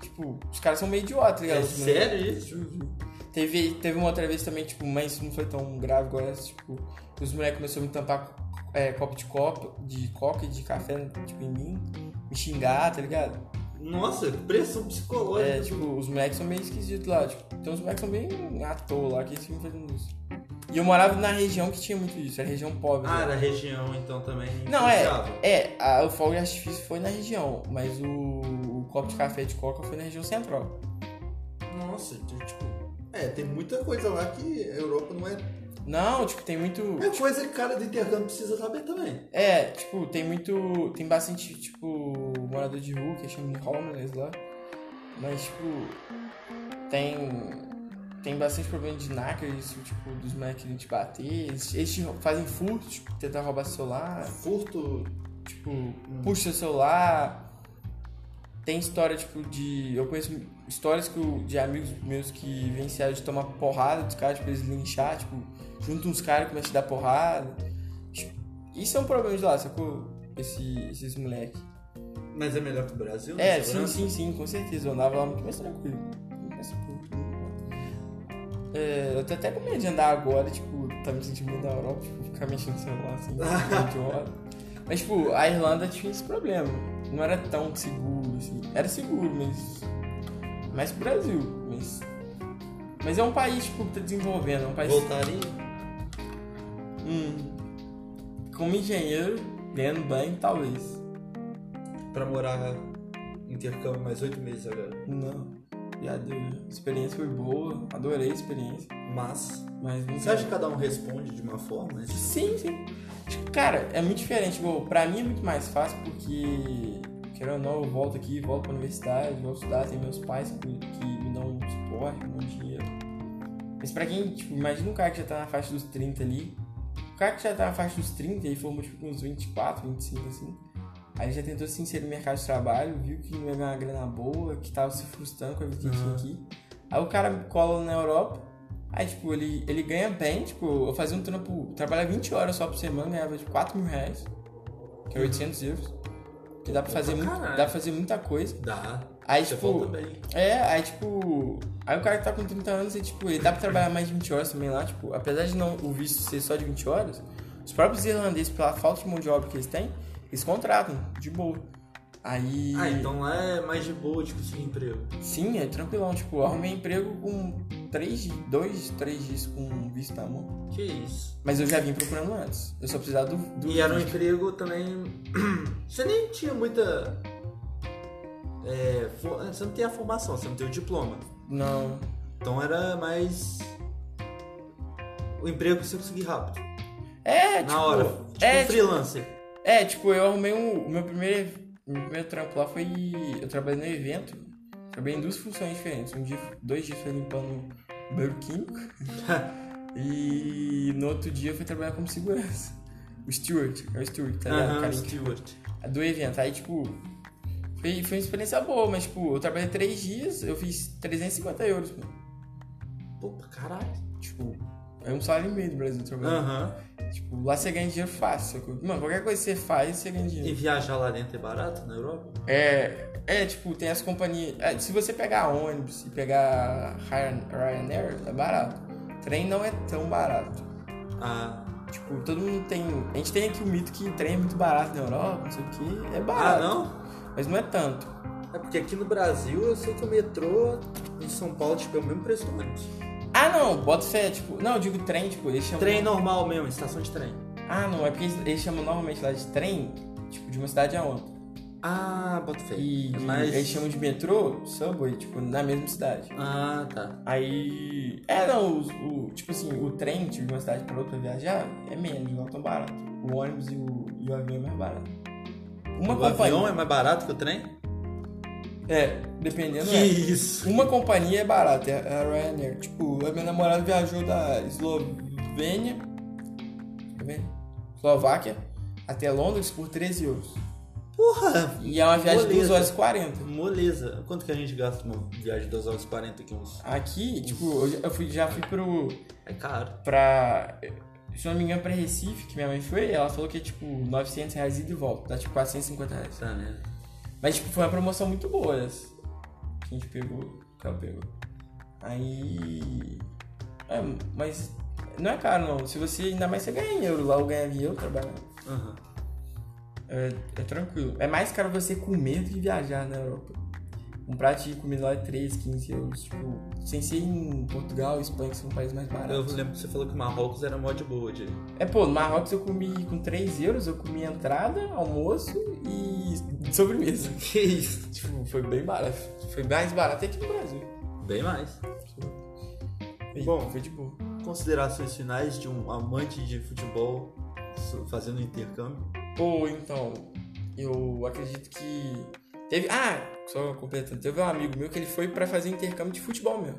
Tipo, os caras são meio idiotas, tá ligado?
É
Os moleques.
sério isso?
Juro, juro. Teve, teve uma outra vez também, tipo, mas isso não foi tão grave igual essa, tipo, que os moleques começaram a me tampar é, copo de copo, de coca e de café, tipo, em mim, me xingar, tá ligado?
Nossa, pressão psicológica.
É, tipo, os moleques são meio esquisitos lá, tipo, tem uns moleques que são bem à toa lá, que eles ficam fazendo isso. E eu morava na região que tinha muito isso, era região pobre. né?
Ah, na região então também.
Não, é.
influenciava.
É, a- o fogo de artifício foi na região, mas o, o copo de café de coca foi na região central.
Nossa, então, tipo. É, tem muita coisa lá que a Europa não é.
Não, tipo, tem muito.
É coisa que o cara do intercâmbio precisa saber também.
É, tipo, tem muito. Tem bastante, tipo, morador de rua que chama de homeless lá. Mas, tipo, tem. Tem bastante problema de knacker, isso, tipo, dos moleques querendo te bater. Eles, eles te rou- fazem furto, tipo, tentar roubar seu celular.
É. Furto.
Tipo, puxa seu celular. Tem história, tipo, de. Eu conheço histórias que o- de amigos meus que venciaram de tomar porrada dos caras, tipo, eles linchar, tipo, junta uns caras e começa a te dar porrada. Tipo, isso é um problema de lá, sacou? Esse, esses moleques.
Mas é melhor que o Brasil? né,
É, sim,
segurança?
sim, sim, com certeza. Eu andava lá muito mais tranquilo. Muito mais tranquilo. É, eu tô até com medo de andar agora, tipo, tá me sentindo meio da Europa, tipo, ficar mexendo no celular assim, meio idiota. Mas, tipo, a Irlanda tinha esse problema. Não era tão seguro, assim. Era seguro, mas. Mais pro Brasil, mas. Mas é um país, tipo, que tá desenvolvendo, é um país.
Voltaria?
Hum. Como engenheiro, ganhando bem, talvez.
Pra morar intercâmbio mais oito meses agora.
Não. Já deu. A experiência foi boa, adorei a experiência.
Mas.
Mas não
Você acha que cada um responde de uma forma? né?
Sim, sim. Tipo, Cara, é muito diferente. Bom, pra mim é muito mais fácil porque, querendo ou não, eu volto aqui, volto pra universidade, volto estudar, tem meus pais que, que me dão um suporte, me dão dinheiro. Mas pra quem, tipo, imagina um cara que já tá na faixa dos 30 ali. O cara que já tá na faixa dos 30 e formou, tipo, uns 24, 25, assim. Aí já tentou se inserir no mercado de trabalho, viu que não ia ganhar uma grana boa, que tava se frustrando com a vida que tinha
Uhum.
aqui. Aí o cara cola na Europa, aí, tipo, ele, ele ganha bem, tipo, eu fazia um trampo, trabalhava 20 horas só por semana, ganhava, tipo, 4 mil reais, que é 800 euros. Que dá pra,
pra
fazer, muito, dá
caralho.
pra fazer muita coisa.
Dá.
Aí,
Você
tipo,
volta bem.
é, aí tipo. Aí o cara que tá com 30 anos e tipo, ele dá pra trabalhar mais de 20 horas também lá, tipo, apesar de não o visto ser só de 20 horas, os próprios irlandeses, pela falta de mão de obra que eles têm, eles contratam, de boa. Aí.
Ah, então lá é mais de boa de conseguir emprego.
Sim, é tranquilão, tipo, eu arrumei emprego com 3, 2, 3 dias com visto na mão.
Que isso.
Mas eu já vim procurando antes. Eu só precisava do. do
E era um
visto.
emprego também. Você nem tinha muita. é, fo- Você não tem a formação, você não tem o diploma.
Não.
Então era mais. O emprego que você conseguir rápido.
É,
na
tipo.
hora. Tipo
é,
um freelancer.
É, tipo, eu arrumei um. O meu primeiro, meu primeiro trampo lá foi. Eu trabalhei no evento. Trabalhei em duas funções diferentes. Um dia, dois dias foi limpando banheiro químico. e no outro dia eu fui trabalhar como segurança. O Stewart, é o Stewart, tá ligado? O
Aham,
carinha que-
Stewart.
do evento. Aí, tipo, foi, foi uma experiência boa, mas, tipo, eu trabalhei três dias, eu fiz 350 euros, mano.
Pô, pra caralho.
Tipo, é um salário e meio do Brasil trabalhando.
Aham. Tipo,
Lá você ganha dinheiro fácil. sacou? Mano, qualquer coisa que você faz, você ganha dinheiro.
E viajar lá dentro é barato na Europa?
É, é tipo, tem as companhias. é, se você pegar ônibus e pegar Ryan- Ryanair, é barato. Trem não é tão barato.
Ah,
Tipo, todo mundo tem. A gente tem aqui o mito que trem é muito barato na Europa, não sei o que. É
ah
barato.
não?
Mas não é tanto.
É porque aqui no Brasil eu sei que o metrô em São Paulo tipo, é o mesmo preço do ônibus.
Ah, não, bota fé, tipo. Não, eu digo trem, tipo, eles chamam.
Trem normal mesmo, estação de trem.
Ah, não, é porque eles, eles chamam normalmente lá de trem, tipo, de uma cidade a outra.
Ah, bota fé.
E
É mais-
eles chamam de metrô, subway, tipo, na mesma cidade.
Ah, tá.
Aí. É, não, o, o- tipo assim, o trem tipo, de uma cidade pra outra pra viajar é menos, não é tão barato. O ônibus e o, e o avião é mais barato. Uma
o
companhia.
avião é mais barato que o trem?
É, dependendo.
que
é.
isso?
Uma companhia é barata, é a Ryanair. Tipo, a minha namorada viajou da Eslovênia. Eslovênia? Eslováquia até Londres por 13 euros.
Porra!
E é uma viagem de 2
Moleza.
horas e 40.
Moleza. Quanto que a gente gasta numa viagem de 2 horas e 40 aqui? Uns...
Aqui, tipo, eu já- eu fui, já fui pro.
É caro.
pra. Se eu não me engano, pra Recife, que minha mãe foi, ela falou que é tipo 900 reais ida e volta, dá tipo 450 reais.
Tá, né?
Mas tipo, foi uma promoção muito boa essa. Que a gente pegou, que ela pegou. Aí. É, mas não é caro não. Se você, ainda mais você ganha em euro lá, eu ganhava em euro trabalhando.
Aham.
É, é tranquilo. É mais caro você comer do que viajar na Europa. Um prato de comida lá é 3, 15 euros. Tipo, sem ser em Portugal, Espanha, que são países mais
Eu
baratos.
lembro que você falou que Marrocos era mó de boa, de...
É, pô, no Marrocos eu comi com 3 euros, eu comi entrada, almoço e sobremesa.
Que isso?
Tipo, foi bem barato. Foi mais barato até que no Brasil.
Bem mais.
Foi-
Bom.
foi de boa.
Considerações finais de um amante de futebol so- fazendo intercâmbio?
Pô, então, eu acredito que. Teve. Ah, só completando, teve um amigo meu que ele foi pra fazer intercâmbio de futebol mesmo.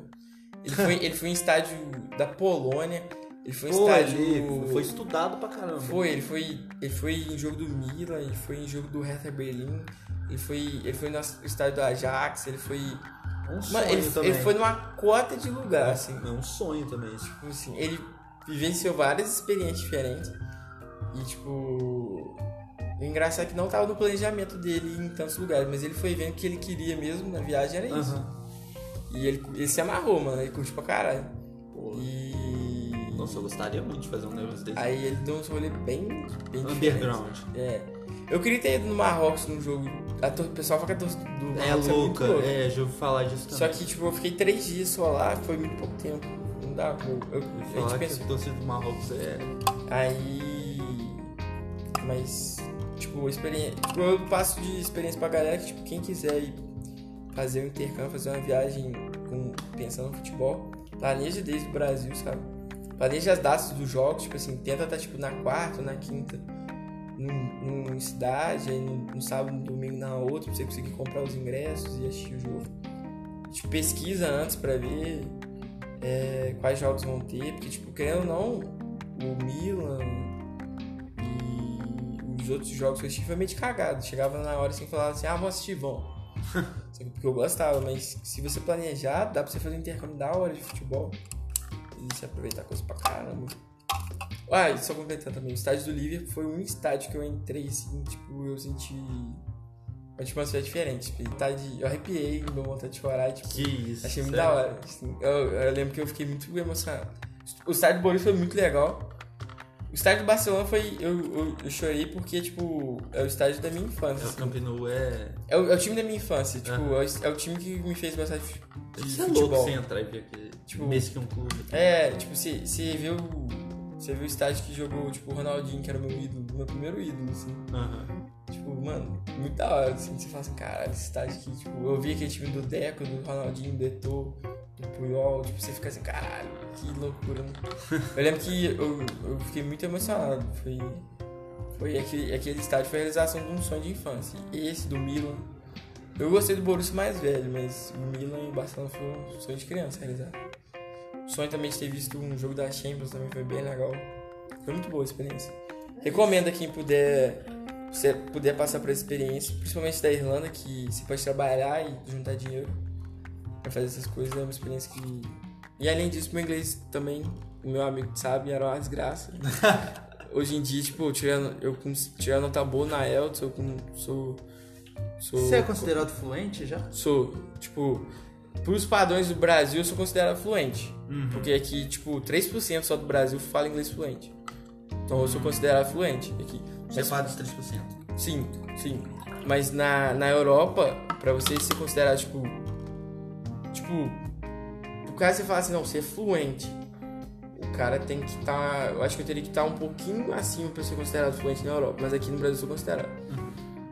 Ele foi, ele foi em estádio da Polônia, ele foi em
Pô,
estádio.
ele foi estudado pra caramba.
Foi, ele foi, ele foi em jogo do Milan, ele foi em jogo do Hertha Berlim, ele foi, ele foi no estádio do Ajax, ele foi,
Um sonho
mano, ele,
também.
ele foi numa cota de lugar, assim,
É um sonho também isso.
tipo assim, ele vivenciou várias experiências diferentes e tipo, o engraçado é que não tava no planejamento dele ir em tantos lugares, mas ele foi vendo que ele queria mesmo na viagem era É isso.
Aham.
E ele, ele se amarrou, mano, ele curte pra caralho.
Pô,
E
Não nossa, eu gostaria muito de fazer um negócio desse.
Aí ele deu uns rolê bem, bem diferentes.
Underground.
É. Eu queria ter ido no Marrocos num jogo. A tor- o pessoal fala que a torcida do
É
Marrocos
louca,
muito louca.
é, já ouvi falar disso
Só
também.
que, tipo, eu fiquei três dias só lá, foi muito pouco tempo. Não dá, eu, eu, a gente
Falar que
pensou.
a torcida do Marrocos é.
Aí. Mas, tipo, a experiência. Tipo, eu passo de experiência pra galera que, tipo, quem quiser ir fazer um intercâmbio, fazer uma viagem com, pensando no futebol, planeja desde o Brasil, sabe? Planeja as datas dos jogos, tipo assim, tenta estar tipo, na quarta ou na quinta num, numa cidade, aí no, no sábado, no domingo na outra, pra você conseguir comprar os ingressos e assistir o jogo. Tipo, pesquisa antes pra ver é, quais jogos vão ter, porque, tipo, querendo ou não, o Milan e os outros jogos que eu assisti foi meio de cagado. Chegava na hora assim e falava assim, ah, vamos assistir, vão. Só que Porque eu gostava, mas se você planejar, dá pra você fazer um intercâmbio da hora de futebol. E se aproveitar coisa pra caramba. Ah, e só completando também, o estádio do Liverpool foi um estádio que eu entrei assim, tipo, eu senti uma atmosfera diferente. Tipo, tá de- eu arrepiei, me deu vontade de chorar, tipo,
Que isso.
Achei muito
sério.
da hora. assim. Eu, eu lembro que eu fiquei muito emocionado. O estádio do Borussia foi muito legal. O estádio do Barcelona foi. Eu, eu, eu chorei porque, tipo, é o estádio da minha infância. assim.
É, o Camp Nou é.
É o, é o time da minha infância. Tipo,
Aham.
é, o, é o time que me fez gostar de, fu- de
Você é
futebol.
louco você entrar e ver aquele.
Tipo,
Tipo, mês que é um clube.
É, tipo, você você viu. Você viu o estádio que jogou, tipo, o Ronaldinho, que era o meu ídolo, meu primeiro ídolo, assim.
Aham.
Tipo, mano, muito da hora, assim, você fala assim, caralho, esse estádio aqui, tipo, eu vi aquele time do Deco, do Ronaldinho, do Eto'o, do Puyol, tipo, você fica assim, caralho, que loucura, né? Eu lembro que eu, eu fiquei muito emocionado, foi, foi aquele, aquele estádio foi a realização de um sonho de infância, E esse do Milan, eu gostei do Borussia mais velho, mas o Milan e o Barcelona foi um sonho de criança realizado. O sonho também de ter visto um jogo da Champions também foi bem legal, foi muito boa a experiência. Recomendo a quem puder você puder passar por essa experiência, principalmente da Irlanda, que você pode trabalhar e juntar dinheiro pra fazer essas coisas, é uma experiência que. E além disso, meu inglês também, o meu amigo sabe, era uma desgraça. Hoje em dia, tipo, eu tirando, eu com, tirando nota boa na IELTS, eu com, sou. sou
Você é considerado fluente já?
Sou, tipo, pros padrões do Brasil, eu sou considerado fluente. Porque aqui, tipo, 3% só do Brasil fala inglês fluente. Então eu sou considerado fluente aqui.
Você
Mas
é dos 3%.
Sim, sim. Mas na, na Europa, pra você se considerar, tipo. Tipo. O cara você fala assim, não, você é fluente. O cara tem que estar. eu acho que eu teria que estar um pouquinho acima pra ser considerado fluente na Europa. Mas aqui no Brasil eu sou considerado.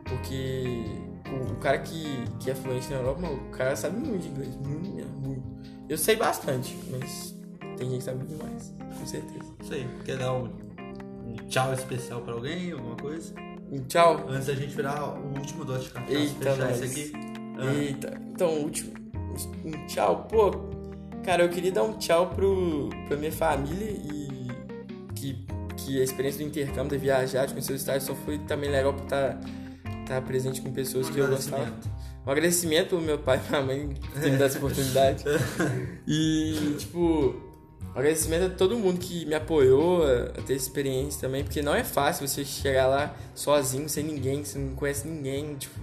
Porque o, o cara que, que é fluente na Europa, mano, o cara sabe muito de inglês. Muito, mesmo, muito. Eu sei bastante, mas tem gente que sabe muito mais. Com certeza.
Isso aí. Quer dar um, um tchau especial pra alguém, alguma coisa?
E tchau.
Antes da gente virar o último dote de cartaz,
Eita,
fechar
nós.
isso aqui.
Eita, então, último. Um tchau, pô. Cara, eu queria dar um tchau pro, pra minha família e que, que a experiência do intercâmbio, de viajar, de conhecer os estádios, só foi também legal por estar tá presente com pessoas
Um
que eu gostava.
agradecimento.
Um agradecimento pro meu pai e minha mãe por ter me dado essa oportunidade. E, tipo, um agradecimento a todo mundo que me apoiou a a ter essa experiência também, porque não é fácil você chegar lá sozinho, sem ninguém, você não conhece ninguém, tipo.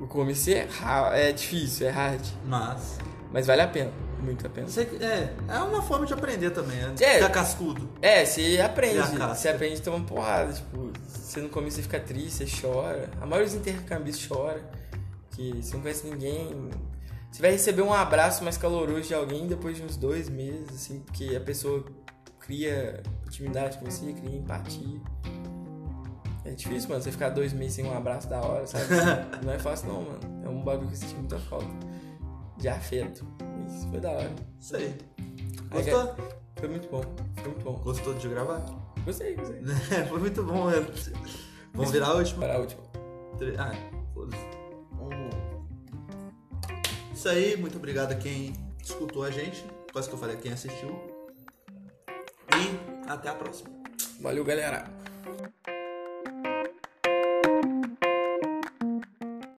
O começo é, ra- é difícil, é hard,
Mas.
mas vale a pena, muito a pena.
Você, é, é uma forma de aprender também, né?
É.
Ficar cascudo.
É, você aprende.
E a casca?
Você aprende a tomar uma porrada. Tipo, você no começo você fica triste, você chora. A maioria dos intercambistas chora. Que você não conhece ninguém. Você vai receber um abraço mais caloroso de alguém depois de uns dois meses, assim, porque a pessoa cria intimidade com você, cria empatia. É difícil, mano, você ficar dois meses sem um abraço da hora, sabe? não é fácil não, mano. É um bagulho que eu senti muita falta. De afeto. Isso foi da hora.
Isso aí. Gostou?
Foi muito bom. Foi muito bom.
Gostou de gravar?
Gostei, gostei.
Foi muito bom. né? Vamos virar a última.
Para a última.
Tre- Ah, foda-se. Isso aí, muito obrigado a quem escutou a gente. Quase que eu falei, a quem assistiu. E até a próxima.
Valeu, galera.